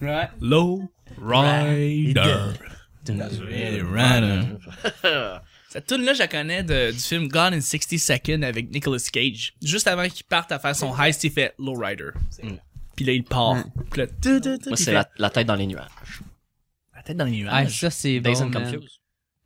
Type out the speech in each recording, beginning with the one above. Right. Low Rider. Cette tune là je la connais de- du film God in 60 Seconds avec Nicolas Cage. Juste avant qu'il parte à faire son heist, il fait Lowrider. Puis là, il part. Puis là, tu, tu, tu, Moi, il c'est fait la, la tête dans les nuages. la tête dans les Ah, nuages. ça, c'est bon. Days and man. Confused.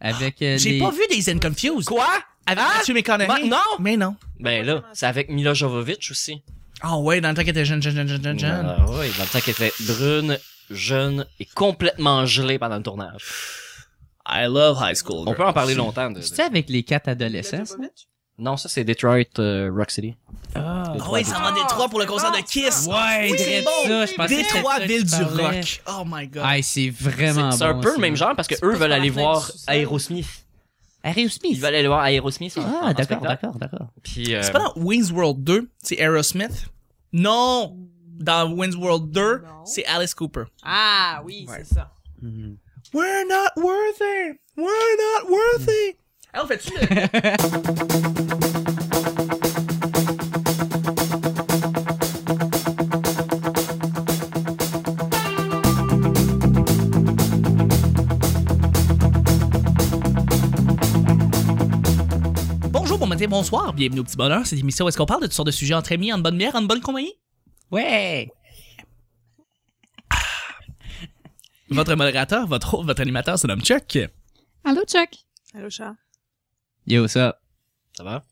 Avec euh, J'ai les- pas vu Days and Confused. Quoi? Avec Mathieu McConaughey. Ma- non! Mais Hein? non. Ben là, c'est avec Mila Jovovich aussi. Ah ouais, dans le temps qu'il était jeune, jeune, jeune, jeune, jeune, jeune. Ah oui, dans le temps qu'elle était brune, jeune et complètement gelée pendant le tournage. I love high school. On peut en parler longtemps. De, de- C'était avec les quatre adolescents. ça? Non, ça c'est Detroit euh, Rock City. Ah, Ah ouais, ils s'en vont des trois pour le concert de Kiss. ouais, Oui, c'est c'est bon. ça, je pensais que c'était Détroit, ça que ville tu du parlais. rock. Oh my god. Ah, c'est C'est vraiment c'est un bon, peu ça. le même genre parce que C'est eux pas veulent la aller fin voir du sous-sol. Aerosmith. Harry Ils Ah, Smith. veulent aller voir Aerosmith. en- en Ah, d'accord, spectacle. d'accord, d'accord. Puis, euh, C'est pas dans Wings World 2, c'est Aerosmith. Non! Dans Wings World 2, Non. c'est Alice Cooper. Ah oui, Ouais. c'est ça. We're not worthy! We're not worthy! Alors, fais-tu le. Bonjour, bon matin, bonsoir, bienvenue au petit bonheur. C'est l'émission où est-ce qu'on parle de toutes sortes de sujets entre amis, en bonne bière, en bonne compagnie? Ouais! Votre modérateur, votre hôte, votre animateur se nomme Chuck. Allô, Chuck. Allô, Charles. Yo, ça. ça va?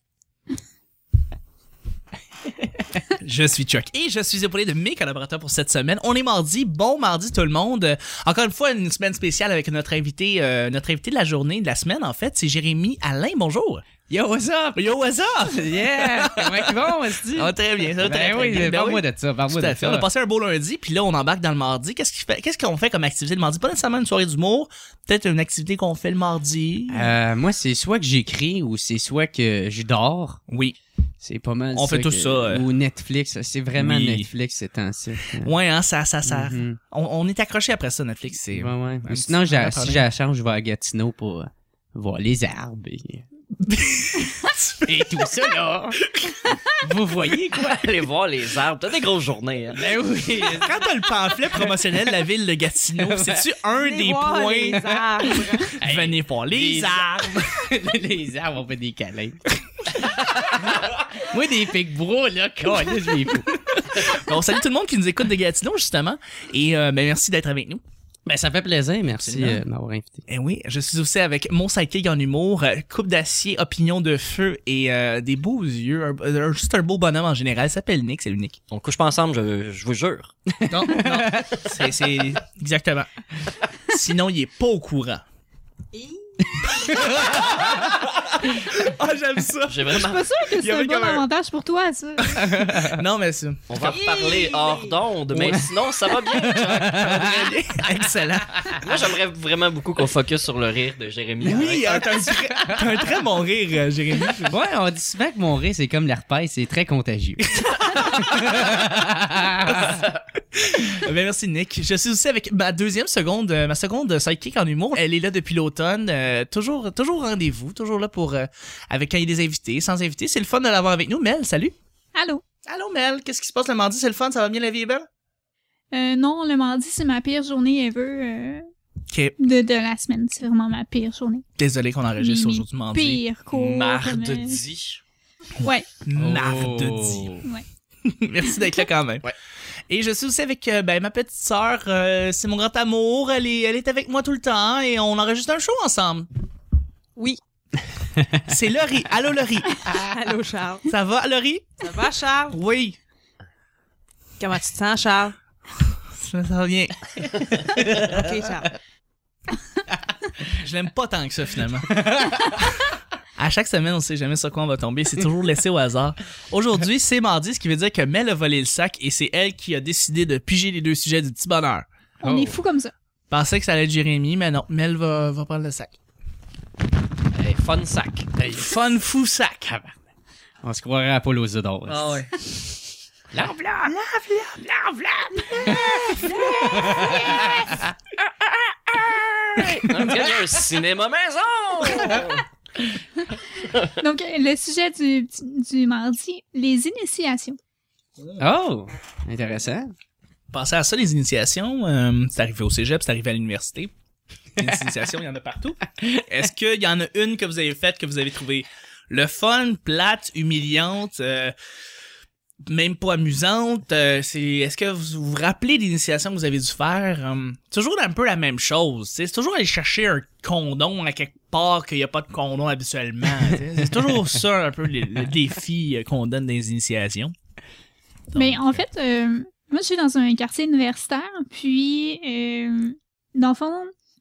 Je suis Chuck et je suis épaulé de mes collaborateurs pour cette semaine. On est mardi, bon mardi tout le monde. Euh, Encore une fois, une semaine spéciale avec notre invité, euh, notre invité de la journée, de la semaine en fait, c'est Jérémy Alain. Bonjour. Yo, what's up? Yo, what's up? Yeah! Comment ils vont, Esti? Ah, très bien, ça va très, Ben très oui, bien. Ben parle-moi oui. de ça, Tout parle-moi à de fait. On a ça. passé un beau lundi, puis là, on embarque dans le mardi. Qu'est-ce qu'il fait- qu'est-ce qu'on fait comme activité le mardi? Pas nécessairement une soirée d'humour, peut-être une activité qu'on fait le mardi. Euh, moi, c'est soit que j'écris ou c'est soit que je dors. Oui. C'est pas mal. On fait tout que- ça, euh. Ou Netflix. C'est vraiment Oui. Netflix ces temps-ci. Ouais, hein, ça, ça, ça. Mhm. on, on est accroché après ça, Netflix. C'est Ouais, ouais. un Ou sinon, petit- j'ai- on va si parler. j'ai la chance, je vais à Gatineau pour euh, voir les arbres et, euh, et tout ça, là. Vous voyez, quoi? aller voir les arbres. T'as des grosses journées. hein. Ben oui. Quand t'as le pamphlet promotionnel de la ville de Gatineau, c'est-tu un Venez des voir points? les arbres. Hey, Venez pour les les arbres! Ben, les arbres, on fait des câlins. Moi, des pics bros, là, quoi, là, je m'y fous. Bon, salut tout le monde qui nous écoute de Gatineau, justement. Et euh, ben, merci d'être avec nous. Ben, ça fait plaisir, merci Absolument. euh, de m'avoir invité. Et Eh oui, je suis aussi avec mon sidekick en humour, euh, coupe d'acier, opinion de feu et euh, des beaux yeux. un- euh, juste un beau bonhomme en général. Il s'appelle Nick, c'est l'unique. On couche pas ensemble, je, je vous jure. Non, non. C'est, c'est... Exactement. Sinon, il est pas au courant. Ah, j'aime ça! J'ai vraiment. Pas sûr que c'est avait un bon comme un- avantage pour toi, ça. Non, mais c'est... On va parler hors d'onde, mais sinon, ça va bien, Chuck. Très bien. Excellent. Moi, j'aimerais vraiment beaucoup qu'on focus sur le rire de Jérémy. Oui, euh, t'as un, très- t'as un très bon rire, euh, Jérémy. Ouais, on dit souvent que mon rire, c'est comme l'herpès, c'est très contagieux. Ben, merci, Nick. Je suis aussi avec ma deuxième seconde, euh, ma seconde sidekick en humour. Elle est là depuis l'automne. euh, toujours toujours au rendez-vous, toujours là pour euh, avec quand il y a des invités, sans invités. C'est le fun de l'avoir avec nous. Mel, salut. Allô? Allô, Mel. Qu'est-ce qui se passe le mardi? C'est le fun? Ça va bien? La vie est belle? Euh, non, le mardi, c'est ma pire journée ever euh, OK. de, de la semaine. C'est vraiment ma pire journée. Désolé qu'on enregistre Mimi. aujourd'hui mardi. Pire cours. comme, Mardi. euh, Ouais, Oh. Mardi. ouais. Merci d'être là quand même. Ouais. Et je suis aussi avec euh, ben, ma petite sœur. euh, c'est mon grand amour. Elle est, elle est avec moi tout le temps et on enregistre un show ensemble. Oui. C'est Laurie. Allô, Laurie. Allô, Charles. Ça va, Laurie? Ça va, Charles? Oui. Comment tu te sens, Charles? Ça va bien. Euh, OK, Charles. Je l'aime pas tant que ça, finalement. À chaque semaine, on sait jamais sur quoi on va tomber. C'est toujours laissé au hasard. Aujourd'hui, c'est mardi, ce qui veut dire que Mel a volé le sac et c'est elle qui a décidé de piger les deux sujets du petit bonheur. On est Oh. fou comme ça. Pensais que ça allait être Jérémy, mais non. Mel va, va prendre le sac. Hey, fun sac. Hey, Fun fou sac. On se croirait à Paul aux œufs d'or. Oh. Ah ouais. on dirait un cinéma maison. Donc, euh, le sujet du, du mardi, les initiations. Oh! Intéressant. pensé à ça, les initiations. euh, c'est arrivé au cégep, c'est arrivé à l'université. Les initiations, il y en a partout. Est-ce qu'il y en a une que vous avez faite, que vous avez trouvée le fun, plate, humiliante, euh, même pas amusante? euh, c'est, est-ce que vous vous rappelez l'initiation que vous avez dû faire? Euh, toujours un peu la même chose. tu sais. C'est toujours aller chercher un condom à quelque part qu'il n'y a pas de condom habituellement. tu sais. c'est toujours ça un peu le, le défi euh, qu'on donne des initiations. Mais en fait, euh, moi, je suis dans un quartier universitaire, puis, euh, dans le fond,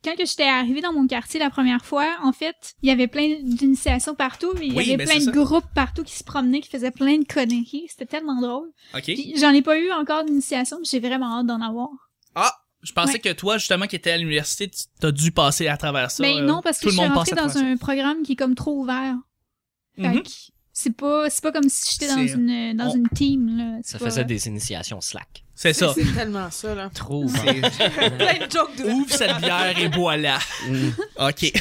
quand que j'étais arrivée dans mon quartier la première fois, en fait, il y avait plein d'initiations partout, mais il y Oui, avait ben, plein de c'est ça. groupes partout qui se promenaient, qui faisaient plein de conneries. C'était tellement drôle. OK. Puis, j'en ai pas eu encore d'initiation, mais j'ai vraiment hâte d'en avoir. Je pensais Ouais. que toi, justement, qui étais à l'université, tu- t'as dû passer à travers ça. mais euh, Ben, non, parce que tout je le suis monde rentrée passe à dans travers un programme qui est comme trop ouvert. Fait Mhm. que c'est pas, c'est pas comme si j'étais dans C'est- une, dans on- une team, là. C'est Ça pas- faisait des initiations slack. C'est ça. C'est tellement ça, là. Trop. Plein de jokes de. Ouvre cette bière et voilà. OK.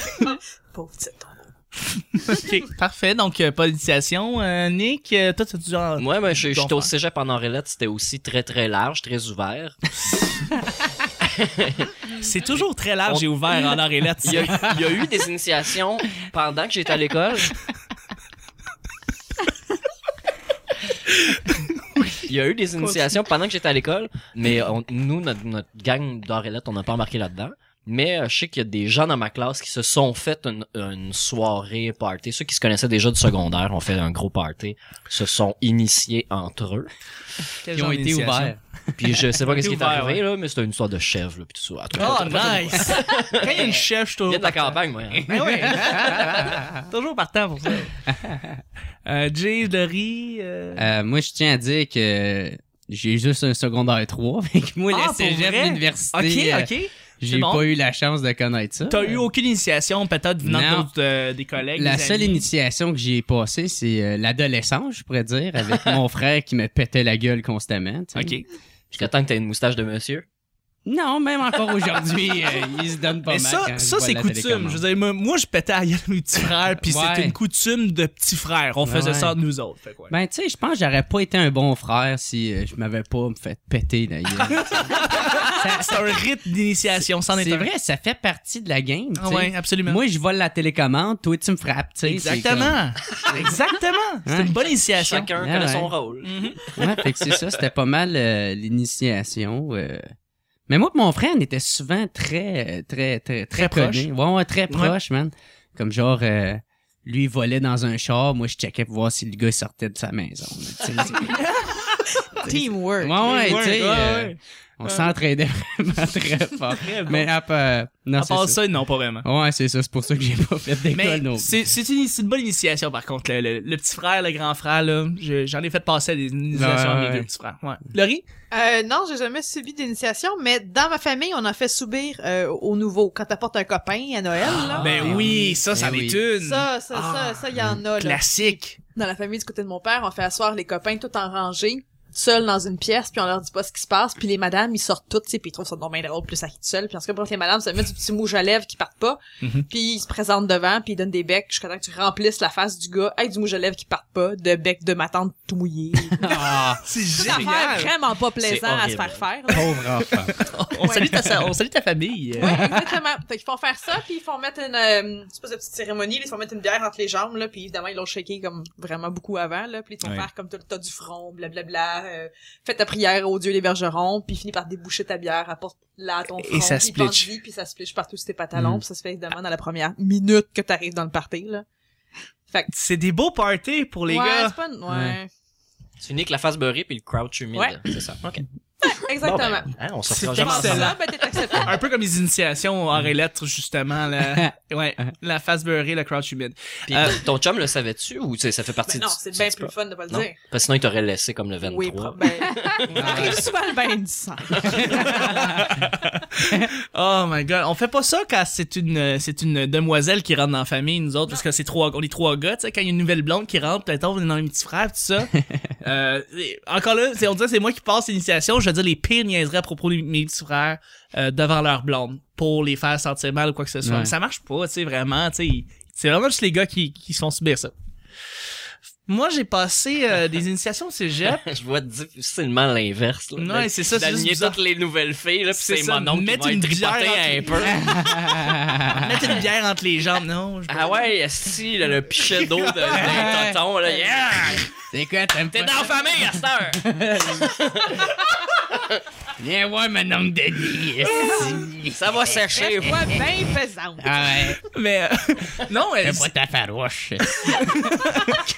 Pauvre petite. OK. Parfait. Donc, euh, pas d'initiation. Euh, Nick, euh, toi, t'as dû en... Moi, ben, je- j'étais Ton au frère. cégep en Orelette, c'était aussi très très large, très ouvert. C'est toujours très large On- et ouvert en l'art et lettres. Il y, a, il y a eu des initiations pendant que j'étais à l'école. Il y a eu des initiations pendant que j'étais à l'école, mais on- nous, notre, notre gang d'Orelette, on n'a pas embarqué là-dedans. Mais euh, je sais qu'il y a des gens dans ma classe qui se sont fait une, une soirée party. Ceux qui se connaissaient déjà du secondaire ont fait un gros party, se sont initiés entre eux. Ils ont été ouverts. Puis je sais pas qu'est-ce qui est Ouvert, arrivé, là, mais c'était une histoire de chèvre, là, puis tout ça. À trois- Oh, à trois- nice. Quand il y a une chef, je suis Je toujours viens de la campagne, moi. hein. Ben ouais. toujours partant pour ça. Euh, Jay, Dory... euh, Euh, moi, je tiens à dire que j'ai juste un secondaire 3. Fait que moi, Ah, le pour cégep, vrai? l'université, euh, OK, OK. j'ai bon. pas eu la chance de connaître ça. T'as eu aucune initiation, peut-être, venant Non. d'autres, euh, des collègues, La des seule amis? initiation que j'ai passée, c'est euh, l'adolescence, je pourrais dire, avec mon frère qui me pétait la gueule constamment. tu sais. OK. Jusqu'à temps que t'aies une moustache de monsieur. Non, même encore aujourd'hui, euh, il se donne pas Mais mal. ça, quand ça il voit c'est la coutume. télécommande. Je veux dire, moi- moi, je pétais à la gueule à mes petits frères, puis Ouais. c'était une coutume de petits frères. On Ouais, faisait ouais. ça de nous autres. Fait quoi. Ben, tu sais, je pense que j'aurais pas été un bon frère si euh, je m'avais pas me fait péter la gueule. c'est un rite d'initiation, c'en est, c'est un. vrai, ça fait partie de la game. tu Ah sais. ouais, absolument. Moi, je vole la télécommande, toi, tu me frappes. tu sais, c'est Exactement. Exactement. C'est une bonne initiation. Mhm. Chacun Ah connaît ouais. son rôle. comme- Ouais, fait que c'est ça, c'était pas mal euh, l'initiation. euh. Mais moi, pis mon frère, on était souvent très, euh, très, très, Très très, proche. connés. Ouais, ouais, très proche, man. Comme genre, euh, lui, il volait dans un char, moi, je checkais pour voir si le gars sortait de sa maison. là, tu sais. Teamwork. Ouais, ouais, tu sais, Ouais, euh, ouais. on s'entraidait vraiment très fort. Mais à part, non, À c'est part ça. ça, non, pas vraiment. Ouais, c'est ça, c'est pour ça que j'ai pas fait Mais d'école, non. c'est c'est une, c'est une bonne initiation, par contre. Le, le- le petit frère, le grand frère, là, je- j'en ai fait passer des initiations Ouais, à mes ouais. deux petits frères. Ouais. Laurie? Euh, non, j'ai jamais subi d'initiation, mais dans ma famille, on en fait subir euh, au nouveau. Quand t'apportes un copain à Noël, là. ben ben oui, ça, ça ben en est oui. une. Ça, ça, Ah. ça, ça, il y en a, là. Classique. Dans la famille du côté de mon père, on fait asseoir les copains tout en rangée, seuls dans une pièce, puis on leur dit pas ce qui se passe, puis les madames, ils sortent toutes, tu sais, puis ils trouvent ça donc bien drôle, plus ça rit tout seul, puis en ce cas, bref, les madames se mettent du petit mouche à lèvres qui partent pas, Mhm. puis ils se présentent devant, puis ils donnent des becs jusqu'à temps que tu remplisses la face du gars avec du mouche à lèvres qui partent pas, de bec de ma tante tout mouillé. Ah, C'est Une affaire vraiment pas plaisant à horrible. se faire faire, là. pauvre enfant. On, salue ta, on salue ta famille. Ouais, exactement. Fait qu'ils font faire ça, puis ils font mettre une euh, une espèce de petite cérémonie, là, ils font mettre une bière entre les jambes, là, puis évidemment, ils l'ont shaké comme vraiment beaucoup avant, là, puis ils te font Ouais. faire comme t'as le tas du front, blablabla, euh, fais ta prière au dieu des bergerons, puis finis par déboucher ta bière, apporte-la à ton front, Et ça puis splitch. plante-y, puis ça splitch partout sur tes pantalons, Mm. puis ça se fait évidemment dans la première minute que t'arrives dans le party, là. Fait que, C'est des beaux parties pour les ouais, gars. c'est pas une- ouais. Ouais. Tu niques la face beurrée puis le crouch humide. Ouais. C'est ça. OK. Exactement. Bon, ben, hein, on C'est sortira jamais Dans excellent. ensemble. ça, ben, t'es accepté. Un peu comme les initiations en lettres, justement. La, ouais, la face beurrée, le crouch humide. Puis Euh, ton chum le savais-tu ou tu sais, ça fait partie Ben non, du- c'est du- bien du- plus fun de pas le Non. dire. Parce que sinon, il t'aurait laissé comme le 23. Oui, pro- ben, arrive souvent le bain du sang. Oh my god, on fait pas ça quand c'est une c'est une demoiselle qui rentre dans la famille nous autres parce que c'est trois on est trois gars, tu sais quand il y a une nouvelle blonde qui rentre, peut-être on est dans un petit frère tout ça. euh, et encore là, c'est- on dirait que c'est moi qui passe l'initiation, je veux dire les pires niaiseries à propos de mes petits frères euh, devant leur blonde pour les faire sentir mal ou quoi que ce soit. Ouais. Mais ça marche pas, tu sais vraiment, tu sais c'est vraiment juste les gars qui qui se font subir ça. Moi, j'ai passé euh, des initiations au cégep. Je vois difficilement l'inverse. là. Ouais, c'est ça, c'est D'aligner juste bizarre. toutes les nouvelles filles, là, pis C'est c'est ça, mon nom qui mettre va une être bière tripoté un entre- peu. Mettre une bière entre les jambes, non. je- Ah ouais, si, là, le pichet d'eau de, d'un tonton, là, yeah! C'est quoi, t'aimes T'es pas dans la famille à cette heure! Viens voir mon homme de nid, esti. Ça va sécher, Ouais, bien pesante. Ah ouais, Mais euh, non, euh, t'as pas ta farouche.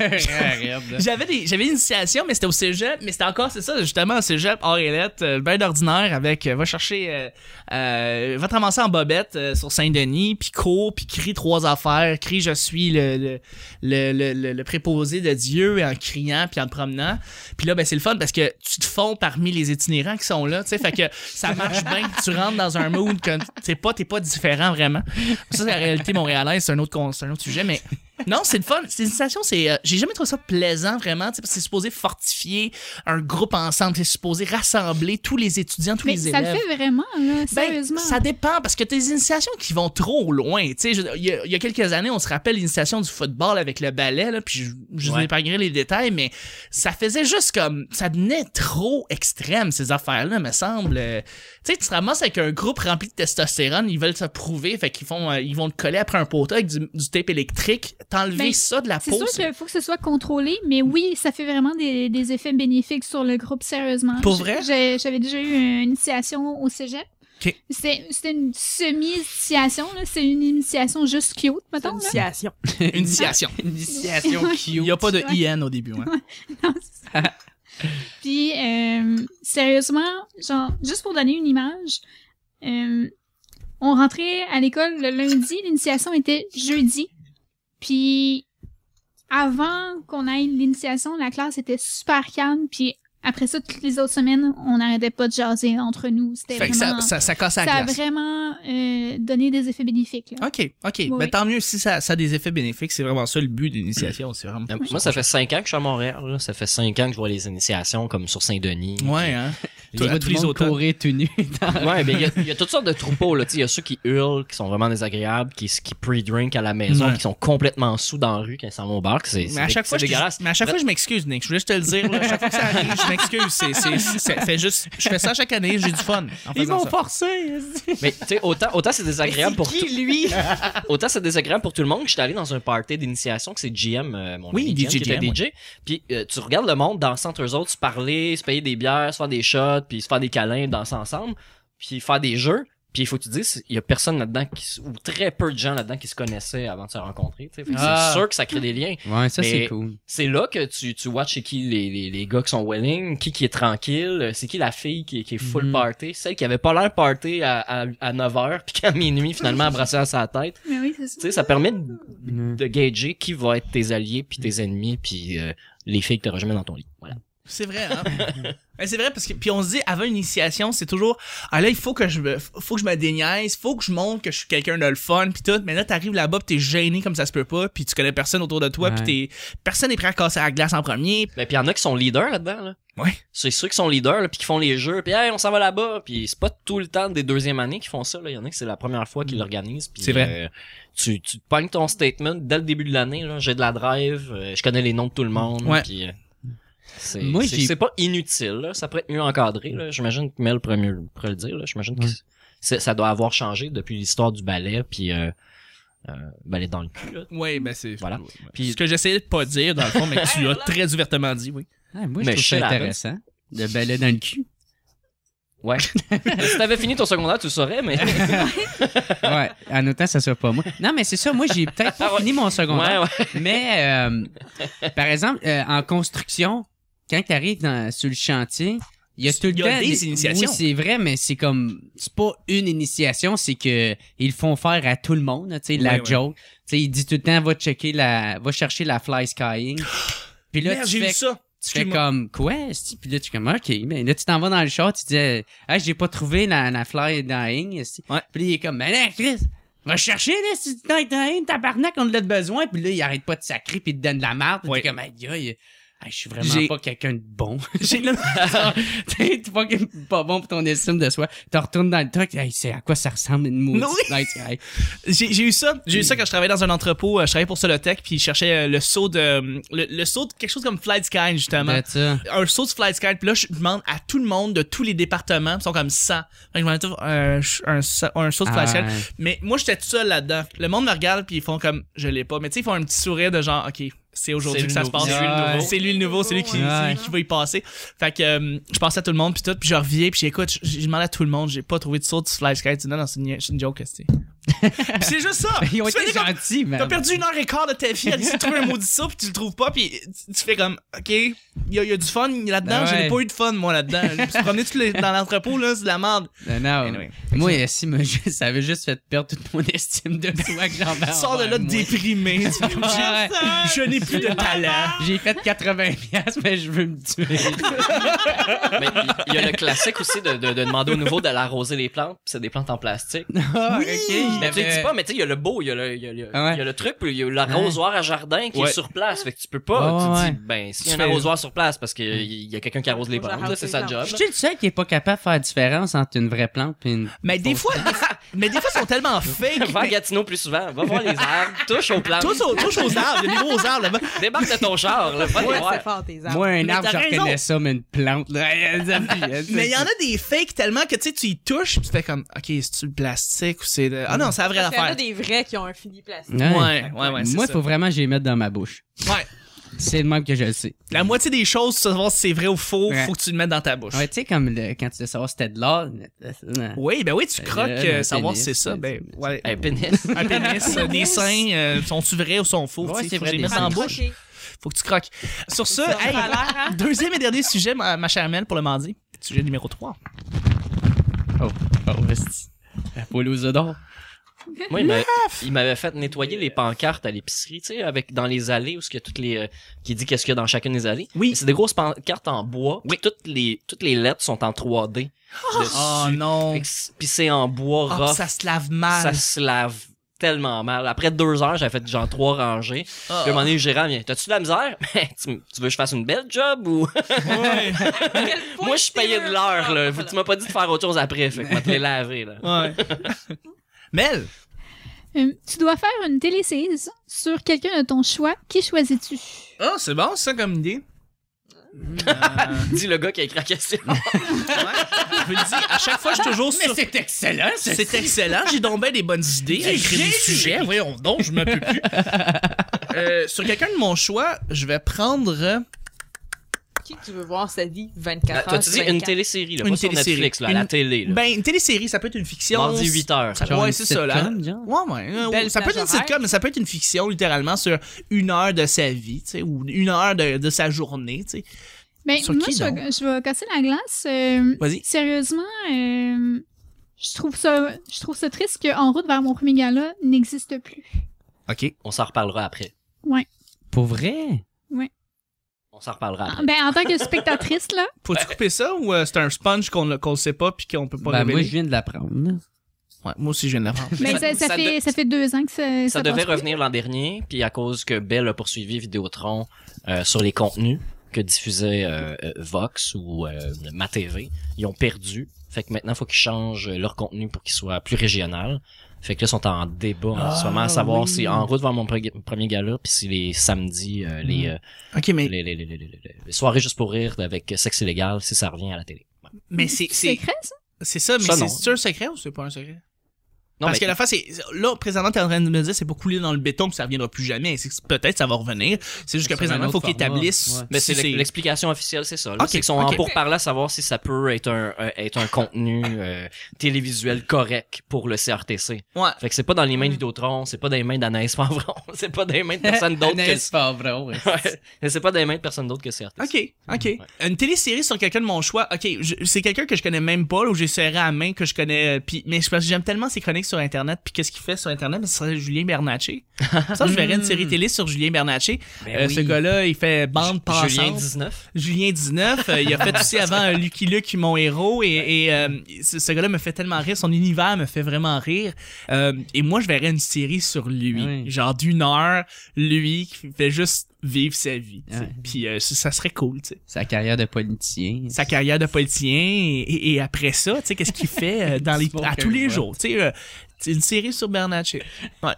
Regarde. J'avais des, j'avais une initiation, mais c'était au cégep, mais c'était encore, c'est ça, justement, au cégep, hors et lettres, euh, ben d'ordinaire, avec, euh, va chercher, euh, euh, va te ramasser en bobette euh, sur Saint-Denis, puis cours, puis crie trois affaires, crie je suis le, le, le, le, le- le préposé de Dieu, en criant, puis en te promenant. Puis là, ben c'est le fun, parce que tu te fonds parmi les itinérants qui sont là, tu sais, fait que ça marche bien, tu rentres dans un mood, que t'es pas, t'es pas différent, vraiment. Ça, c'est la réalité montréalaise, c'est un autre, con- c'est un autre sujet, mais non, c'est le fun. Ces sensations, c'est. euh, J'ai jamais trouvé ça plaisant, vraiment. tu sais, parce que C'est supposé fortifier un groupe ensemble. C'est supposé rassembler tous les étudiants, tous Mais les ça élèves. le fait vraiment, là, Ben, sérieusement. ça dépend parce que tes initiations qui vont trop loin. Tu sais, je- il y, a- il y a quelques années, on se rappelle l'initiation du football avec le ballet, là, puis je, je vous Ouais. épargnerai les détails, mais ça faisait juste comme ça devenait trop extrême ces affaires-là, me semble. Euh, Tu sais, tu te ramasses avec un groupe rempli de testostérone, ils veulent se prouver, fait qu'ils font, euh, ils vont te coller après un poteau avec du, du tape électrique, t'enlever Ben, ça de la C'est peau. sûr c'est- qu'il faut que ce soit contrôlé, mais oui, ça fait vraiment des, des effets bénéfiques sur le groupe, sérieusement. Pour J- vrai? j'ai- J'avais déjà eu une initiation au cégep. Ok. C'était c'était une semi-initiation, là. C'est une initiation juste cute, mettons, là. Initiation. Une initiation. Initiation Il cute. n'y a pas de Ouais. IN au début. hein. Non, c'est ça. Puis, euh, sérieusement, genre, juste pour donner une image, euh, on rentrait à l'école le lundi, l'initiation était jeudi. Puis, avant qu'on aille l'initiation, la classe était super calme. Puis, après ça, toutes les autres semaines, on n'arrêtait pas de jaser entre nous. C'était Fait que vraiment... ça, ça, ça casse la ça a glace. vraiment euh, donné des effets bénéfiques. Là. OK, OK. Oui, Ben, oui. tant mieux si ça, ça a des effets bénéfiques. C'est vraiment ça le but de l'initiation. C'est vraiment. Moi, ça fait 5 ans que je suis à Montréal. là. Ça fait 5 ans que je vois les initiations comme sur Saint-Denis. Ouais, hein. Tu à vois tous tous les les autres automnes. courir tout nu. Ouais, mais il y a- il y, a toutes sortes de troupeaux. là. Tu sais, Il y a ceux qui hurlent, qui sont vraiment désagréables, qui, qui pre-drink à la maison, Ouais. qui sont complètement sous dans la rue quand ils s'en vont au bar. que C'est Mais à, c'est- chaque c'est fois, je te- dégueulasse. mais à chaque fois, je m'excuse, Nick. Je voulais juste te le dire. là. À chaque fois que ça arrive, je m'excuse. C'est- c'est- c'est- c'est juste, je fais ça chaque année. J'ai du fun. En faisant ça. forcer. Mais tu sais, autant, autant c'est désagréable pour tout, lui? autant c'est désagréable pour tout le monde. J'étais allé dans un party d'initiation que c'est GM, euh, mon Oui, ami DJ, GM, qui était ouais. DJ. Puis euh, tu regardes le monde danser entre eux autres, se parler, se payer des bières, se faire des shots, puis se faire des câlins, danser ensemble, puis faire des jeux. Puis il faut que tu te dises, il y a personne là-dedans qui s- ou très peu de gens là-dedans qui se connaissaient avant de se rencontrer. tu sais. Fait que Ah. C'est sûr que ça crée des liens. Ouais, ça Mais- c'est cool. C'est là que tu, tu watches c'est qui les, les, les gars qui sont willing, qui qui est tranquille, euh, c'est qui la fille qui, est- qui est full Mhm. party, celle qui avait pas l'air party à, à, 9h, puis qu'à minuit finalement embrassée à sa tête. Mais oui, c'est ça. Tu sais, ça permet de, Mm. de gager qui va être tes alliés, puis tes ennemis, puis euh, les filles que t'auras jamais dans ton lit. Voilà. C'est vrai, hein? Ben, c'est vrai parce que puis on se dit avant une initiation, c'est toujours ah là il faut que je me faut que je me déniaise, faut que je montre que je suis quelqu'un de le fun puis tout, mais là t'arrives là-bas puis t'es gêné comme ça se peut pas, puis tu connais personne autour de toi Ouais. puis t'es personne n'est prêt à casser la glace en premier. Ben, puis y en a qui sont leaders là-dedans, là. Ouais. C'est ceux qui sont leaders, là, puis qui font les jeux, puis hey, on s'en va là-bas, puis c'est pas tout le temps des deuxièmes années qui font ça, là. Y en a que c'est la première fois qu'ils l'organisent, puis Mm. C'est vrai. euh, tu, tu te pognes ton statement dès le début de l'année, là. J'ai de la drive, euh, je connais les noms de tout le monde, Mm. Ouais. puis euh, c'est, Moi, c'est, j'ai- c'est pas inutile, là. Ça pourrait être mieux encadré, là. J'imagine que Mel pourrait mieux pourrait le dire, là. J'imagine que Ouais. c'est- ça doit avoir changé depuis l'histoire du ballet, puis euh, euh, ballet dans le cul, là. Oui, ben c'est Voilà. Puis ce que j'essayais de pas dire dans le fond, mais que tu l'as très ouvertement dit, oui. Ah, moi, Mais je trouve chez ça la intéressant. Le balai hein. dans le cul. Ouais. si t'avais fini ton secondaire, tu le saurais, mais... Ouais, en autant ça soit pas moi. Non, mais c'est ça, moi, j'ai peut-être Ah pas ouais. fini mon Ouais, secondaire. ouais. Mais, euh, par exemple, euh, en construction, quand tu arrives sur le chantier, il y a tout le Il y a temps des initiations. Oui, c'est vrai, mais c'est comme c'est pas une initiation, c'est que ils font faire à tout le monde, tu sais, la Ouais, ouais. joke. Tu sais, il dit tout le temps va checker la va chercher la fly skying. Puis là Merde, tu j'ai fais vu ça. tu fais Excuse-moi. comme quoi esti? puis là tu es comme ok mais là tu t'en vas dans le char tu dis ah j'ai pas trouvé la, la fly dying esti. Ouais. puis là, il est comme mais là Chris va chercher là si tu t'en t'en- t'en- tabarnak on l'a de besoin puis là il arrête pas de sacrer puis il te donne de la merde puis Ouais. t'es comme aïe aïe Ah, je suis vraiment J'ai- pas quelqu'un de bon. J'ai le... T'es t'es pas, pas bon pour ton estime de soi. T'en retournes dans le truc, hey, c'est à quoi ça ressemble une mousse. Non, oui. J'ai j'ai eu ça. J'ai eu ça quand je travaillais dans un entrepôt. euh, Je travaillais pour Solotech, puis je cherchais euh, le saut de. euh, Le, le saut de quelque chose comme Flight Sky, justement. un saut de flight sky puis là je demande à tout le monde de tous les départements ils sont comme 100 Fait que je m'en trouve un, un, sa- un saut de flight sky Ah. mais moi j'étais tout seul là-dedans le monde me regarde puis ils font comme je l'ai pas mais tu sais ils font un petit sourire de genre ok c'est aujourd'hui C'est que ça le se passe nouveau. c'est lui le nouveau c'est Ouais. lui le nouveau c'est lui qui Ouais. c'est lui qui va y passer fait que euh, je passais à tout le monde puis tout puis je reviens puis j'écoute je je demande à tout le monde j'ai pas trouvé de saut de flight sky tu dis, non non c'est une, c'est une joke c'est c'est juste ça Ils ont Tu fais été des comme- gentils, man. T'as perdu une heure et quart de ta vie à essayer de trouver un maudit ça, puis tu le trouves pas, puis tu, tu fais comme, OK, il y, a- il y a du fun là-dedans, Ben j'ai ouais. pas eu de fun, moi, là-dedans. Je me suis promené tout le- dans l'entrepôt, là, c'est de la merde. Non, Ben non. Moi, si me- ça avait juste fait perdre toute mon estime de soi que j'en Tu sors de là déprimé. Tu fais comme, Ah Ouais. j'ai- je n'ai plus de talent. J'ai fait 80 piastres, mais je veux me tuer. Mais il y a le classique aussi de, de, de demander au nouveau d'aller arroser les plantes, puis c'est des plantes en plastique. Ah, ok, je Mais tu l'avais- sais pas, mais tu sais, il y a le beau, il y a le, il y a le, Ah ouais. il y a le truc, puis il y a l'arrosoir à jardin qui Ouais. est sur place. Fait que tu peux pas, Ouais, ouais, tu dis, ben, s'il y a Tu un fais- arrosoir sur place, parce qu'il y a quelqu'un qui arrose les Arrose plantes, là, c'est sa les job. Je suis le seul qui est pas capable de faire la différence entre une vraie plante et une. Mais des fois, mais des fois, ils sont tellement fake. Va à Gatineau plus souvent, va voir les arbres, touche aux plantes, Touche aux, touche aux arbres, il y a des gros arbres là-bas. débarque de ton char, là, va les Ouais, voir. c'est fort, tes arbres. Moi, un Mais arbre, t'as je raison. reconnais ça, mais une plante, là. Mais Mais il y en a des fakes tellement que tu sais, tu y touches, puis tu fais comme, OK, c'est-tu le plastique ou c'est. de- Ah non, c'est la vraie Parce qu'il y en a affaire. des vrais qui ont un fini plastique. Ouais, ouais, ouais, c'est Moi, ça. faut vraiment que je les mette dans ma bouche. Ouais. C'est le même que je le sais. La moitié des choses, pour savoir si c'est vrai ou faux, Ouais. faut que tu le mettes dans ta bouche. Ouais, tu sais, comme le- quand tu veux savoir si c'était de l'or. Ouais. Oui, ben oui, tu Euh, croques le euh, savoir si pénis, c'est ça. le- Ben, ouais. Un pénis. Un pénis, euh, des seins, euh, sont-tu vrais ou sont faux? Ouais, tu sais, c'est faut vrai, que je des les mette en seins. bouche. Ok. Faut que tu croques. Sur ce, hey, deuxième et dernier sujet, ma, ma chère Mel, pour le mardi. Sujet numéro 3. Oh, esti. La poule aux œufs d'or. Moi, il m'a- il m'avait fait nettoyer les pancartes à l'épicerie, tu sais, avec dans les allées où ce que toutes les euh, qui dit qu'est-ce qu'il y a dans chacune des allées. Oui. Mais C'est des grosses pancartes en bois. puis Toutes les toutes les lettres sont en 3D. dessus. Oh non. Fait que c'est- Puis c'est en bois Oh, rough. ça se lave ça mal. se lave tellement mal. Après deux heures, j'avais fait genre trois rangées. Ah. Oh. Puis à un moment donné, le gérant vient, t'as-tu de la misère? Mais tu, tu veux que je fasse une belle job ou? Ouais. À quel point Moi, je t'es payais de heureux. l'heure, là. Ah. Voilà. Tu m'as pas dit de faire autre chose après. Fait que moi, te les laver, là. Ouais. Mel, Euh, tu dois faire une télésérie sur quelqu'un de ton choix. Qui choisis-tu? oh, c'est bon ça comme idée. Euh, Dis le gars qui a écrit la question. Ouais. Je vous le dis, à chaque fois, je suis toujours sur... c'est excellent, C'est excellent, j'ai donc ben des bonnes idées à écrire des sujets. Voyons donc, je me peux plus. Euh, sur quelqu'un de mon choix, je vais prendre euh, Qui tu veux voir sa vie 24 heures? T'as-tu dit sur une 24? télésérie, là? Une pas sur télésérie. Netflix, là, à Une- la télé, là. ben une télésérie, ça peut être une fiction. Mardi 8 heures. Ça- Genre ouais, une c'est ça là. sitcom, genre? Ouais, ouais. euh, Belle ça peut être une plage sitcom, horaire. mais ça peut être une fiction littéralement sur une heure de sa vie, tu sais, ou une heure de, de sa journée, tu sais. Ben, Sur moi, qui je vais, je vais casser la glace. euh, Vas-y. Sérieusement, euh, je trouve ça, je trouve ça triste que En route vers mon premier gala n'existe plus. Ok. On s'en reparlera après. Pour vrai? On s'en reparlera Ah. après. Ben, en tant que spectatrice, là, Faut tu couper ça ou euh, c'est un sponge qu'on ne qu'on le sait pas puis qu'on peut pas Ben, moi, révéler? je viens de l'apprendre. Ouais, moi aussi je viens de l'apprendre. ben, ça, ça ça fait, de- ça fait deux ans que ça. Ça passe devait plus. revenir l'an dernier, puis à cause que Bell a poursuivi Vidéotron euh, sur les contenus que diffusait euh, euh, Vox ou euh, MaTV, ils ont perdu. Fait que maintenant, il faut qu'ils changent leur contenu pour qu'il soit plus régional. Fait que là, ils sont en débat en Ah, ce moment à savoir oui. si en route vers mon preg- premier gala, puis si les samedis, euh, les, Mm. euh, Ok, mais les, les, les, les- les- les soirées juste pour rire avec sexe illégal, si ça revient à la télé. Ouais. mais c'est C'est c'est secret, ça? c'est ça, mais Ça, c'est non. c'est un secret ou c'est pas un secret? Non, Parce mais- que la face, c'est là présentement, t'es en train de me dire c'est pas coulé dans le béton, puis ça reviendra plus jamais. C'est que Peut-être ça va revenir. C'est juste que Sur présentement, un il faut autre qu'ils établissent. format, ouais. Mais si c'est l'ex- l'explication officielle, c'est ça. là. Ok, C'est qu'ils sont ok. en pour parler à savoir si ça peut être un, un- être un contenu euh, télévisuel correct pour le CRTC. Ouais. Mm. Fait que c'est pas dans les mains du Vidéotron, c'est pas dans les mains d'Anaïs Favron, c'est pas dans les mains de personne d'autre que... Favreau. Ouais. c'est pas dans les mains de personne d'autre que CRTC. Ok, ok. Une télésérie sur quelqu'un de mon choix. Ok, je- c'est quelqu'un que je connais même pas, là, où j'ai serré à main, que je connais. euh, Puis, mais je pense que j'aime tellement ses chroniques sur Internet, puis qu'est-ce qu'il fait sur Internet, ben, ce serait Julien Bernatchez. ça, je verrais une série télé sur Julien Bernatchez. Euh, Ce gars-là, il fait bande passante. Eh Julien 19. Julien 19, euh, il a fait aussi avant euh, Lucky Luke, mon héros, et, et, euh, ce, ce gars-là me fait tellement rire, son univers me fait vraiment rire. Euh, et moi, je verrais une série sur lui, Oui. genre d'une heure, lui qui fait juste vivre sa vie. tu sais. Ouais. Puis euh, ça ça serait cool, tu sais. Sa carrière de politicien. sa carrière de politicien et, et- et après ça, tu sais, qu'est-ce qu'il fait euh, dans les, Smoke à tous les and jours. Tu sais, euh, c'est une série sur Bernatchez. Ouais.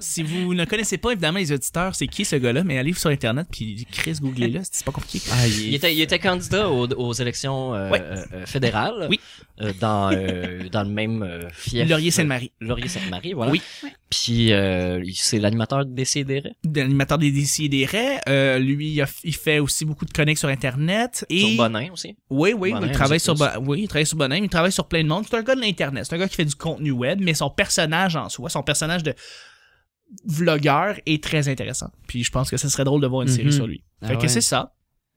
Si vous ne connaissez pas, évidemment, les auditeurs, c'est qui ce gars-là, mais allez sur Internet, puis Chris, googlez-le, c'est pas compliqué. Ah, Il il est... était, il était candidat aux, aux élections euh, Ouais. euh, euh, fédérales Oui. euh, dans, euh, dans le même euh, fief. Laurier-Sainte-Marie. Laurier-Sainte-Marie, voilà. Oui. Puis euh, il- c'est l'animateur des CDR. L'animateur des DC et des Raies, euh, lui, il, a- il fait aussi beaucoup de connects sur Internet. Et... Sur Bonin aussi. Oui, oui, Bonheim, il travaille c'est sur, plus. Bon- oui, il travaille sur Bonheim, il travaille sur plein de monde. C'est un gars de l'Internet. C'est un gars qui fait du contenu web, mais son personnage en soi, son personnage de vlogueur est très intéressant. Puis je pense que ce serait drôle de voir une série Mhm. sur lui. Ah fait que ouais. c'est ça.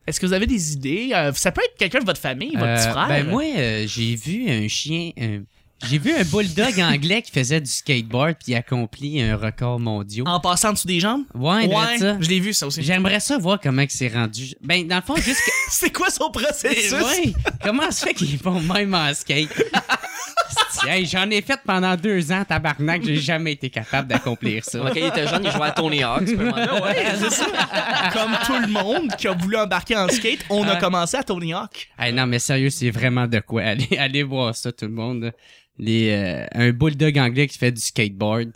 Est-ce que vous avez des idées? Euh, ça peut être quelqu'un de votre famille, votre petit Euh, frère. Ben moi, euh, j'ai vu un chien... un- J'ai vu un bulldog anglais qui faisait du skateboard puis il accomplit un record mondial. En passant en dessous des jambes? Ouais, de ça. je l'ai vu ça aussi. J'aimerais ça voir comment que c'est rendu. Ben, dans le fond, juste que... C'est quoi son processus? Ouais, comment ça fait qu'ils font même en skate? Sti- hey, j'en ai fait pendant deux ans, tabarnak, j'ai jamais été capable d'accomplir ça. Quand il était jeune, il jouait à Tony Hawk. tu peux Ah demander. Comme tout le monde qui a voulu embarquer en skate, on a Ouais. commencé à Tony Hawk. Hey, non, mais sérieux, c'est vraiment de quoi. Allez, allez voir ça, tout le monde. là. Les, euh, un bulldog anglais qui fait du skateboard,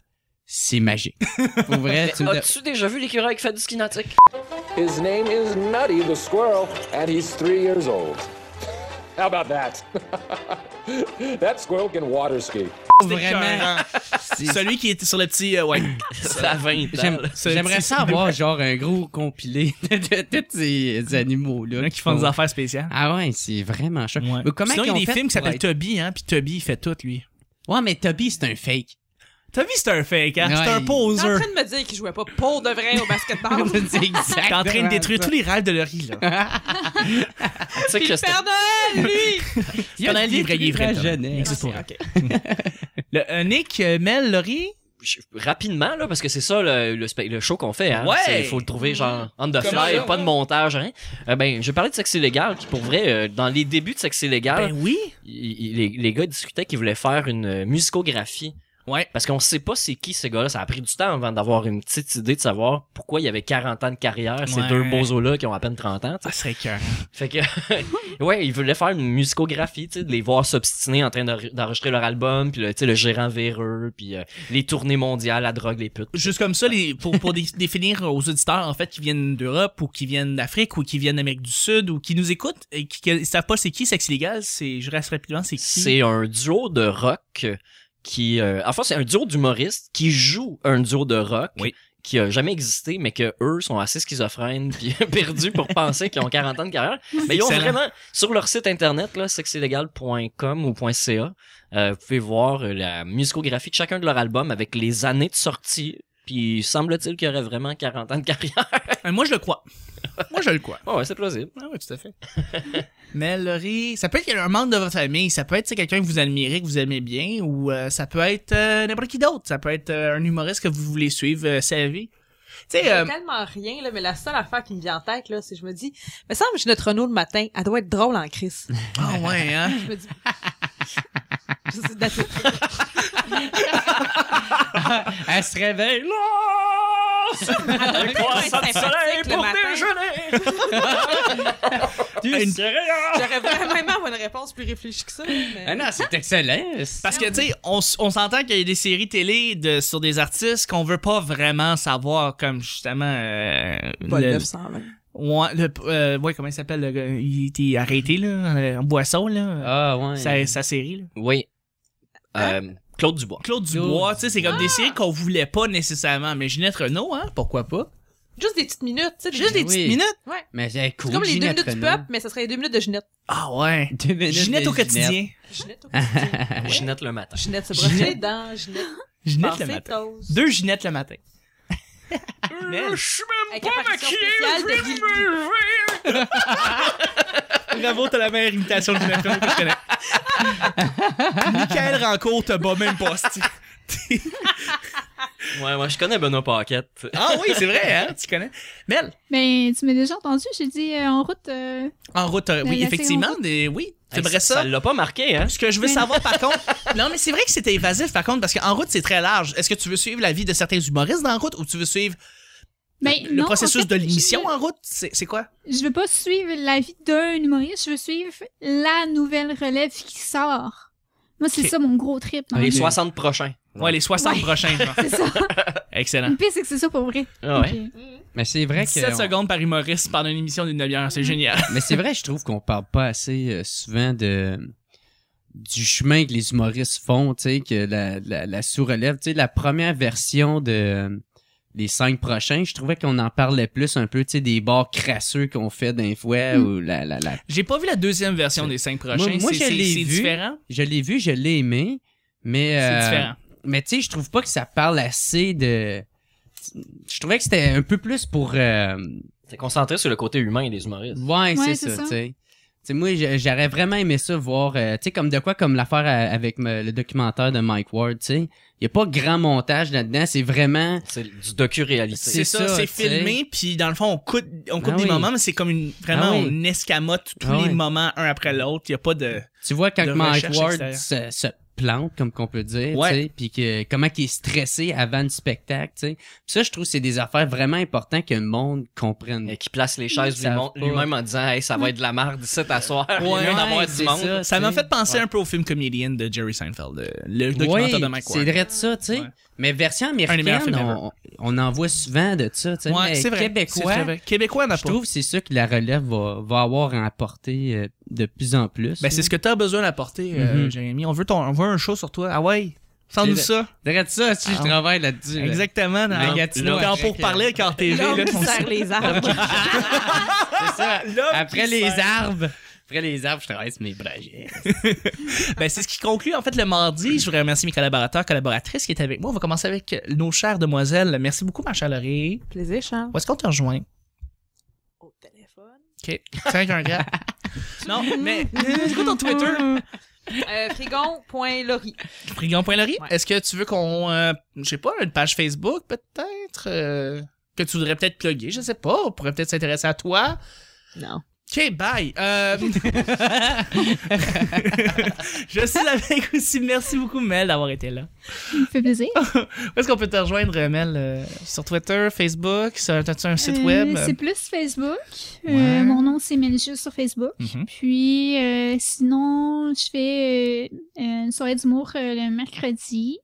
c'est magique. Pour vrai, tu me- Ah, As-tu déjà vu l'écureuil qui fait du ski nautique? His name is Nutty the Squirrel, and he's three years old. How about that? that squirrel can water ski. vraiment. c'est- Celui qui était sur le petit... euh, ouais. Ça a 20 ans. j'aime- là. c'est- J'aimerais ça avoir genre un gros compilé de, de- de tous ces animaux-là. qui font des affaires spéciales. Ah ouais, c'est vraiment choc. Ouais. Mais comment Sinon, ils ont il y a des fait films qui pour s'appellent être- Toby, hein, puis Toby, il fait tout, lui. Ouais, mais Toby, c'est un fake. Toby, c'est un fake, hein? c'est Ouais, un il- T'es en poser. train de me dire qu'il jouait pas pour de vrai au Ah basketball. c'est exact. T'es en train de détruire tous les rêves de Laurie, là. Tu sais que Puis le c'était- Père Noël, lui! Il a Pendant le livre, il est détruit vrai, la Thomas. jeunesse. Ah, C'est pour- Le, euh, Nick, euh, Mel, Laurie, je- rapidement là parce que c'est ça le, le, spe- le show qu'on fait hein. Ouais. il faut le trouver genre on the Comment fly ça, pas de montage rien Euh, ben je parlais de sexe illégal qui pour vrai euh, dans les débuts de sexe illégal ben oui. il- il- les, les gars discutaient qu'ils voulaient faire une euh, musicographie Ouais. parce qu'on sait pas c'est qui ces gars-là ça a pris du temps avant d'avoir une petite idée de savoir pourquoi il y avait 40 ans de carrière ces Ouais. deux bozos là qui ont à peine 30 ans tu sais. Ça serait cœur. fait que ouais ils voulaient faire une muscographie tu sais de les voir s'obstiner en train d'enre- d'enregistrer leur album puis le, tu sais, le gérant véreux puis euh, les tournées mondiales la drogue les putes Juste comme ça, les, pour, pour dé- définir aux auditeurs, en fait, qui viennent d'Europe ou qui viennent d'Afrique ou qui viennent d'Amérique du Sud ou qui nous écoutent et qui ne savent pas c'est qui Sex Illégal, c'est, je reste rapidement, c'est qui? C'est un duo de rock qui, euh, enfin, c'est un duo d'humoristes qui joue un duo de rock. Oui. qui a jamais existé, mais que eux sont assez schizophrènes puis perdus pour penser qu'ils ont 40 ans de carrière. Mais ils ont Excellent. vraiment, sur leur site internet, là, sexillégal.com ou .ca, euh, vous pouvez voir euh, la musicographie de chacun de leurs albums avec les années de sortie. Puis semble-t-il qu'il y aurait vraiment 40 ans de carrière. Euh, Moi, je le crois. Moi, je le crois. Ouais, ouais, c'est plausible. Ah oui, tout à fait. Mais Laurie, ça peut être un membre de votre famille, ça peut être tu sais, quelqu'un que vous admirez, que vous aimez bien, ou euh, ça peut être euh, n'importe qui d'autre, ça peut être euh, un humoriste que vous voulez suivre euh, sa vie. Tu sais, Il y a euh, tellement rien, là, mais la seule affaire qui me vient en tête, là, c'est que je me dis, mais ça me semble que Ginette Renault le matin, elle doit être drôle en crise. ah ouais, hein? Je me dis. Je sais, that's it. Elle se réveille. là. Elle doit être sympathique le matin. Une- J'aurais vraiment aimé avoir une réponse plus réfléchie que ça. mais- Hein? Ah non, c'est excellent. Parce que, tu sais, on, s- on s'entend qu'il y a des séries télé de, sur des artistes qu'on veut pas vraiment savoir, comme justement... Euh, Pas le le- 920. ouais, le- euh, ouais, comment il s'appelle, le gars? Il était arrêté, là, euh, en boisson, là, Ah ouais. sa, sa série, là. Oui. Hein? Euh, Claude Dubois. Claude Dubois, tu sais, c'est comme des séries qu'on voulait pas nécessairement, mais Ginette Renault, hein, pourquoi pas? Juste des petites minutes, tu sais. Juste des oui. petites minutes. Mais c'est cool. C'est comme les deux Ginette minutes du Renaud. peuple, mais ça serait les deux minutes de Ginette. Ah ouais. Deux minutes de Ginette au Ginette. quotidien. Ginette, au quotidien. Ouais. Ginette le matin. Ginette se brosse les dents, Ginette Ginette le pensée matin. toast. Deux Ginettes le matin. Merde. Avec apparition spéciale de Guy- Bravo, t'as la meilleure imitation de Ginette Renault que je connais. Michael Rancourt te bat même pas, c'ti. Ouais, moi, je connais Benoît Paquette. Ah oui, c'est vrai, hein, tu connais. Mel, Mais Ben, tu m'as déjà entendu, j'ai dit euh, en route. euh, en route, euh, La- oui, la effectivement, des, oui, t'aimerais Hey, ça. Ça l'a pas marqué, hein? Ce que je veux Mais- savoir par contre, non mais c'est vrai que c'était évasif par contre parce qu'en route c'est très large. Est-ce que tu veux suivre la vie de certains humoristes dans la route ou tu veux suivre Mais le ben, non, processus en fait, de l'émission Je, Eh, en route, c'est c'est quoi? veux- je veux pas suivre la vie d'un humoriste, je veux suivre la nouvelle relève qui sort. Moi, c'est Ok. ça mon gros trip. dans Les la vie. 60 prochains. Ouais, les 60 Ouais. prochains. genre. C'est ça. Excellent. Le pire, c'est que c'est ça pour vrai. Ah ouais. Ok. Mais c'est vrai que. 7 on- secondes par humoriste pendant une émission d'une demi-heure, c'est génial. Mais c'est vrai, je trouve qu'on parle pas assez euh, souvent de du chemin que les humoristes font, tu sais, que la, la, la sous-relève, tu sais, la première version de euh, les cinq prochains, je trouvais qu'on en parlait plus un peu, tu sais, des bars crasseux qu'on fait d'un fois Mm. ou la, la, la... J'ai pas vu la deuxième version des 5 prochains. Moi- moi, c'est je c'est- l'ai c'est vu. différent. Je l'ai vu, je l'ai aimé, mais... C'est euh, différent. Mais tu sais, je trouve pas que ça parle assez de... Je trouvais que c'était un peu plus pour... euh, C'est concentré sur le côté humain des humoristes. Ouais, c'est Ouais, c'est ça, ça. tu sais. Tu sais, moi, j'a- j'aurais vraiment aimé ça voir, euh, tu sais, comme de quoi, comme l'affaire euh, avec me- le documentaire de Mike Ward, tu sais. Il n'y a pas grand montage là-dedans, c'est vraiment... C'est du docu-réalité. C'est ça, ça, c'est tu sais. filmé, puis dans le fond, on coupe, on coupe Ah des oui. moments, mais c'est comme une, vraiment, Ah oui. on escamote tous Ah les oui. moments un après l'autre. Il n'y a pas de. Tu vois, quand De Mike recherche Ward se, extérieure. se plante, comme qu'on peut dire, Ouais. tu sais, puis que, comment qu'il est stressé avant le spectacle, tu sais. Puis ça, je trouve que c'est des affaires vraiment importantes que le monde comprenne. Et qui place les chaises Ils du monde savent pas. lui-même en disant Hey, ça va être de la merde d'ici à soir. Il Ouais, y a eu d'avoir c'est du monde. ça. Ça m'a tu sais. fait penser un peu au film Comedian de Jerry Seinfeld, euh, le documentaire Oui, de Mike c'est Ward. vrai de ça, tu sais. Ouais. Mais version des meilleurs américaine, films on, on en voit souvent de ça, tu sais. Ouais, Mais c'est vrai. québécois, C'est vrai. Québécois, on a Je pas. trouve que c'est ça que la relève va, va avoir à apporter euh, de plus en plus. Ben, c'est ce que tu as besoin d'apporter, euh, Mhm. Jérémy. On veut, ton, on veut un show sur toi. Ah ouais? Sens-nous C'est ça. Regarde ça, si Ah. je travaille là-dessus. là. Exactement. Dans, Le Gatineau, là, quand après pour que- parler avec RTV, là, L'homme qui on sait- serre les arbres. C'est ça. L'homme Après qui les sert. arbres. Après les arbres, je travaille sur mes projets. Ben, c'est ce qui conclut en fait le mardi. Je voudrais remercier mes collaborateurs, collaboratrices qui étaient avec moi. On va commencer avec euh, nos chères demoiselles. Merci beaucoup, ma chère Laurie. Plaisir, Charles. Où est-ce qu'on te rejoint? Au téléphone. OK. 5 un gars. non, mais c'est quoi ton Twitter? Euh, frigon.lori. Frigon.Laurie, Ouais. est-ce que tu veux qu'on... euh, je sais pas, une page Facebook peut-être? euh, que tu voudrais peut-être plugger? Je sais pas. On pourrait peut-être s'intéresser à toi. Non. OK, bye. Euh, je suis avec aussi. Merci beaucoup, Mel, d'avoir été là. Ça me fait plaisir. Où est-ce qu'on peut te rejoindre, Mel? euh, sur Twitter, Facebook? sur- T'as-tu un site Euh, web? C'est plus Facebook. Euh, Ouais. mon nom, c'est Melchus sur Facebook. Mhm. Puis, euh, sinon, je fais euh, une soirée d'humour euh, le mercredi.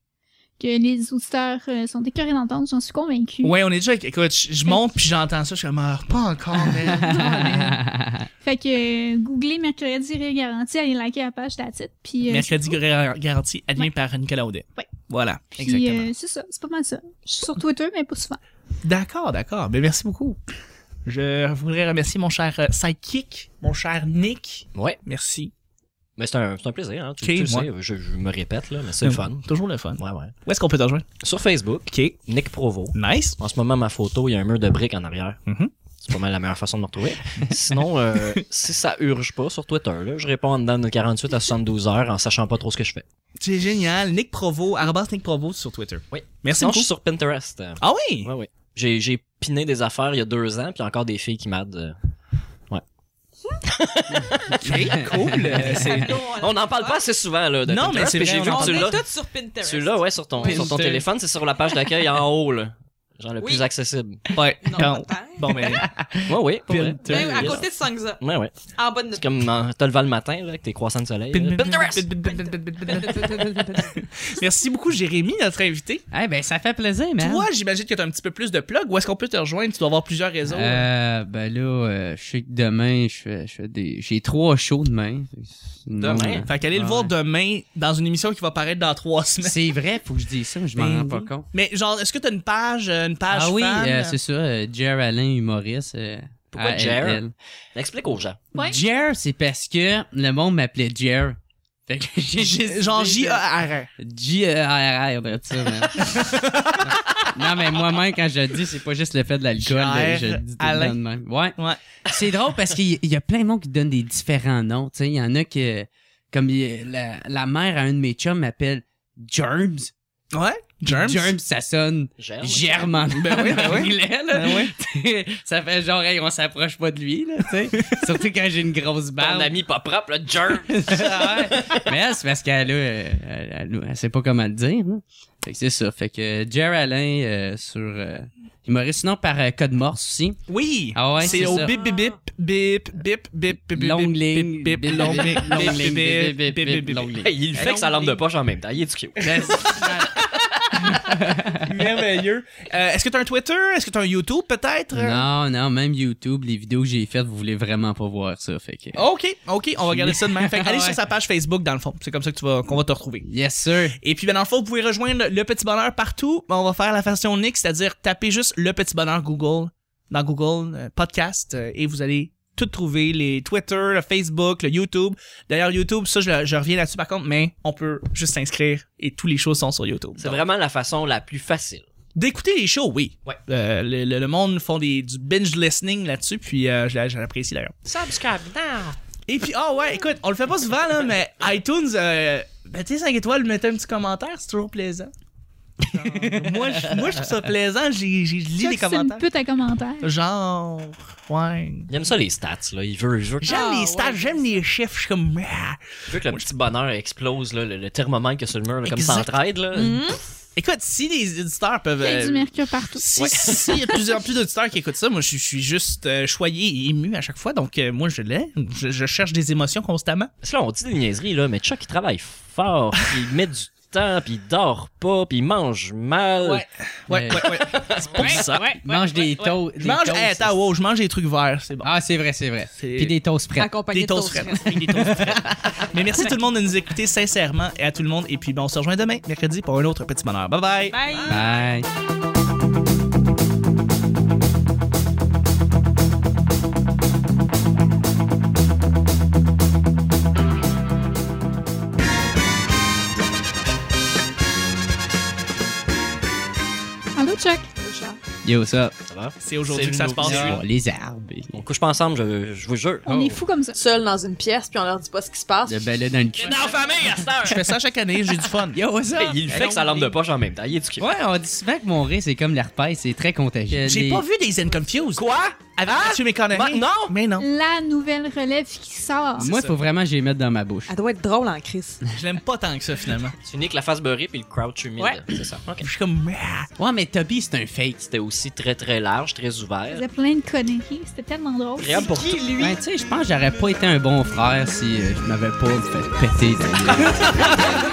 Que les auditeurs euh, sont décorés d'entendre, j'en suis convaincue. Ouais, on est déjà... Écoute, je je monte puis j'entends ça. Je suis comme, ah, pas encore, Mel. Fait que euh, googlez mercredi rire garanti, allez liker la page d'Atit. Puis, euh, Mercredi gar- garanti, admis Ouais. par Nicolas Audet. Ouais. Voilà, puis, exactement. euh, c'est ça, c'est pas mal ça. Je suis sur Twitter, mais pas souvent. D'accord, d'accord. Ben, merci beaucoup. Je voudrais remercier mon cher euh, sidekick, mon cher Nick. Ouais. merci. Mais c'est un, c'est un plaisir. Hein. Tu, Ok, tu le sais, ouais. je, je me répète, là, Mm. mais c'est le fun. Toujours le fun. Ouais, ouais. Où est-ce qu'on peut te rejoindre? Sur Facebook, OK. Nick Provo. Nice. En ce moment, ma photo, il y a un mur de briques en arrière. Mm-hmm. Mhm. C'est pas mal la meilleure façon de me retrouver. Sinon, euh, si ça urge pas sur Twitter, là, je réponds en dedans de 48 à 72 heures en sachant pas trop ce que je fais. C'est génial. Nick Provo, arrobas Nick Provo sur Twitter. Oui. Merci Sinon, je beaucoup. suis sur Pinterest. Euh, Ah oui? Ouais, ouais. J'ai, j'ai piné des affaires il y a deux ans, puis il y a encore des filles qui m'aident. euh. OK, cool. Euh, c'est- On n'en parle pas assez souvent, là, de Non, Pinterest, mais c'est puis vrai, j'ai on vu en que On tu est l'as. tous sur Pinterest. Tu l'as, ouais, sur ton, sur ton Pinterest. téléphone, c'est sur la page d'accueil en haut, là. Genre le Oui. plus accessible. ouais. Bon, Non, pas tant. bon, mais... Ouais, oui, pour vrai. Pinterest. Même à côté de Sangza. Ouais, ouais. En bas de C'est comme en- t'as levé le matin, là, avec tes croissants de soleil. là. Pinterest! notre. Merci beaucoup, Jérémy, notre invité. Eh ben, ça fait plaisir, man. Toi, j'imagine que tu as un petit peu plus de plug. Où est-ce qu'on peut te rejoindre? Tu dois avoir plusieurs réseaux. Euh, ben là, euh, je sais que demain, je fais, je fais des... J'ai trois shows demain. Sinon, Demain? euh, Fait qu'allez le voir Ouais. demain dans une émission qui va paraître dans trois semaines. C'est vrai, faut que je dise ça, mais je m'en Ben rends pas oui. compte. Mais genre, est-ce que t'as une page, euh, une page Ah oui, fan? euh, c'est ça, euh, Jer Alain humoriste. euh, Pourquoi ALL. Jer? Explique aux gens. Ouais. Jer, c'est parce que le monde m'appelait Jer. Fait que j'ai juste- genre J A R E J-E-R-R, de ça, man. Non, mais moi-même, quand je le dis, c'est pas juste le fait de l'alcool. là, Je le dis tout le E Alain. temps de même. Ouais. Ouais. C'est drôle parce qu'il y- il y a plein de monde qui donnent des différents noms. tu sais. Il y en a que, comme il- la, la mère à un de mes chums m'appelle Germs. Ouais, Germs. Germ, ça sonne Germe. germe en Ben oui, ben oui. anglais, là. ça fait genre, hey, on s'approche pas de lui, là, tu sais. Surtout quand j'ai une grosse Ton barbe. ami pas propre, le germ. Ah ouais. Mais elle, c'est parce qu'elle a, euh, elle, elle- elle sait pas comment le dire. hein. Fait que c'est ça. Fait que Jer Alain euh, sur euh, humoriste, sinon par euh, code morse aussi. Oui. Ah ouais, c'est c'est au ça. bip bip bip bip bip bip bip bip Longue bip, ligne, bip bip bip, longue bip, ligne, longue bip, bip, ligne, bip, bip, bip, bip, bip, longue bip. ligne. Hey, il le fait avec sa lampe de poche en même temps. Il est du cute. Merveilleux. Euh, Est-ce que t'as un Twitter? Est-ce que t'as un YouTube peut-être? Non, non, même YouTube, les vidéos que j'ai faites, vous voulez vraiment pas voir ça. Fait que. Ok, ok, on va regarder ça de même. Fait que allez Ouais. sur sa page Facebook dans le fond. C'est comme ça que tu vas qu'on va te retrouver. Yes, sir. Et puis, ben, dans le fond, vous pouvez rejoindre le petit bonheur partout. Ben, On va faire la façon Nick, c'est-à-dire taper juste le petit bonheur Google dans Google euh, Podcast euh, et vous allez tout trouver les Twitter, le Facebook, le YouTube. D'ailleurs, YouTube, ça, je, je reviens là-dessus par contre, mais on peut juste s'inscrire et toutes les choses sont sur YouTube. C'est Donc, vraiment la façon la plus facile. D'écouter les shows, oui. Ouais. Euh, le, le- le monde font des, du binge listening là-dessus, puis euh, je l'a- je l'apprécie d'ailleurs. Et puis, ah ouais, écoute, on le fait pas souvent, là, mais iTunes, euh, ben, tu sais, 5 étoiles, mettez un petit commentaire, c'est toujours plaisant. Genre, moi, je, moi, je trouve ça plaisant, j'ai, j'ai- je lis les C'est une commentaires. Euh, pute à commentaire. Genre, ouais. Il aime ça les stats, là. Il veut, il veut, J'aime Ah, les stats, ouais. j'aime les chiffres, je suis comme. ah. il veut que le petit bonheur explose, là, le, le thermomètre qu'il y a sur le mur, là, comme Exact. Mm. ça entraide. Là. Écoute, si les éditeurs peuvent. Il y a euh, du mercure partout. si, si y a plusieurs plus d'auditeurs qui écoutent ça, moi je je suis juste euh, choyé et ému à chaque fois, donc euh, moi je l'ai, je, je cherche des émotions constamment. Parce que là, on dit des niaiseries, là, mais Chuck, il travaille fort, puis il met du temps, puis il dort pas, puis il mange mal. Ouais. Ouais, Euh, ouais, ouais. C'est pour ça. mange des toasts. Je mange, hey, attends, wow, je mange des trucs verts, c'est bon. Ah, c'est vrai, c'est vrai. C'est- Puis des toasts prêts. Accompagné des de toasts toast frites. frites. Des toasts frites. Mais merci tout le monde de nous écouter sincèrement et à tout le monde. Et puis, bon, on se rejoint demain, mercredi, pour un autre petit bonheur. Bye bye! Bye. Bye. Allô, Chuck? Yo, what's up? Ça va? C'est aujourd'hui que ça se passe. Bon, les arbres. et- On couche pas ensemble, je, je vous jure. On Oh. est fous comme ça. Seul dans une pièce, puis on leur dit pas ce qui se passe. Le balai dans le cul. Dans la famille, à cette heure! Je fais ça chaque année, j'ai du fun. Yo, what's up? Il le fait que sa lampe de poche en même temps. Il est du cul. Ouais, on dit souvent que mon rire, c'est comme l'herpès, c'est très contagieux. J'ai Les- pas vu des Confused. Quoi? Avec Mathieu McConaughey. Ma- non! Mais Bah, non. La nouvelle relève qui sort. Moi, il faut vraiment que je les mette dans ma bouche. Elle doit être drôle en crise. Je l'aime pas tant que ça, finalement. Tu niques la face beurrée puis le crouch humide. Ouais. C'est ça. Je suis comme. ah. Ouais, mais Toby, c'est un fake. C'était aussi très très large, très Il ouvert. faisait plein de conneries. C'était tellement drôle. Agréable pour tout. Ben, tu sais, je pense que j'aurais pas été un bon frère si euh, je m'avais pas fait péter.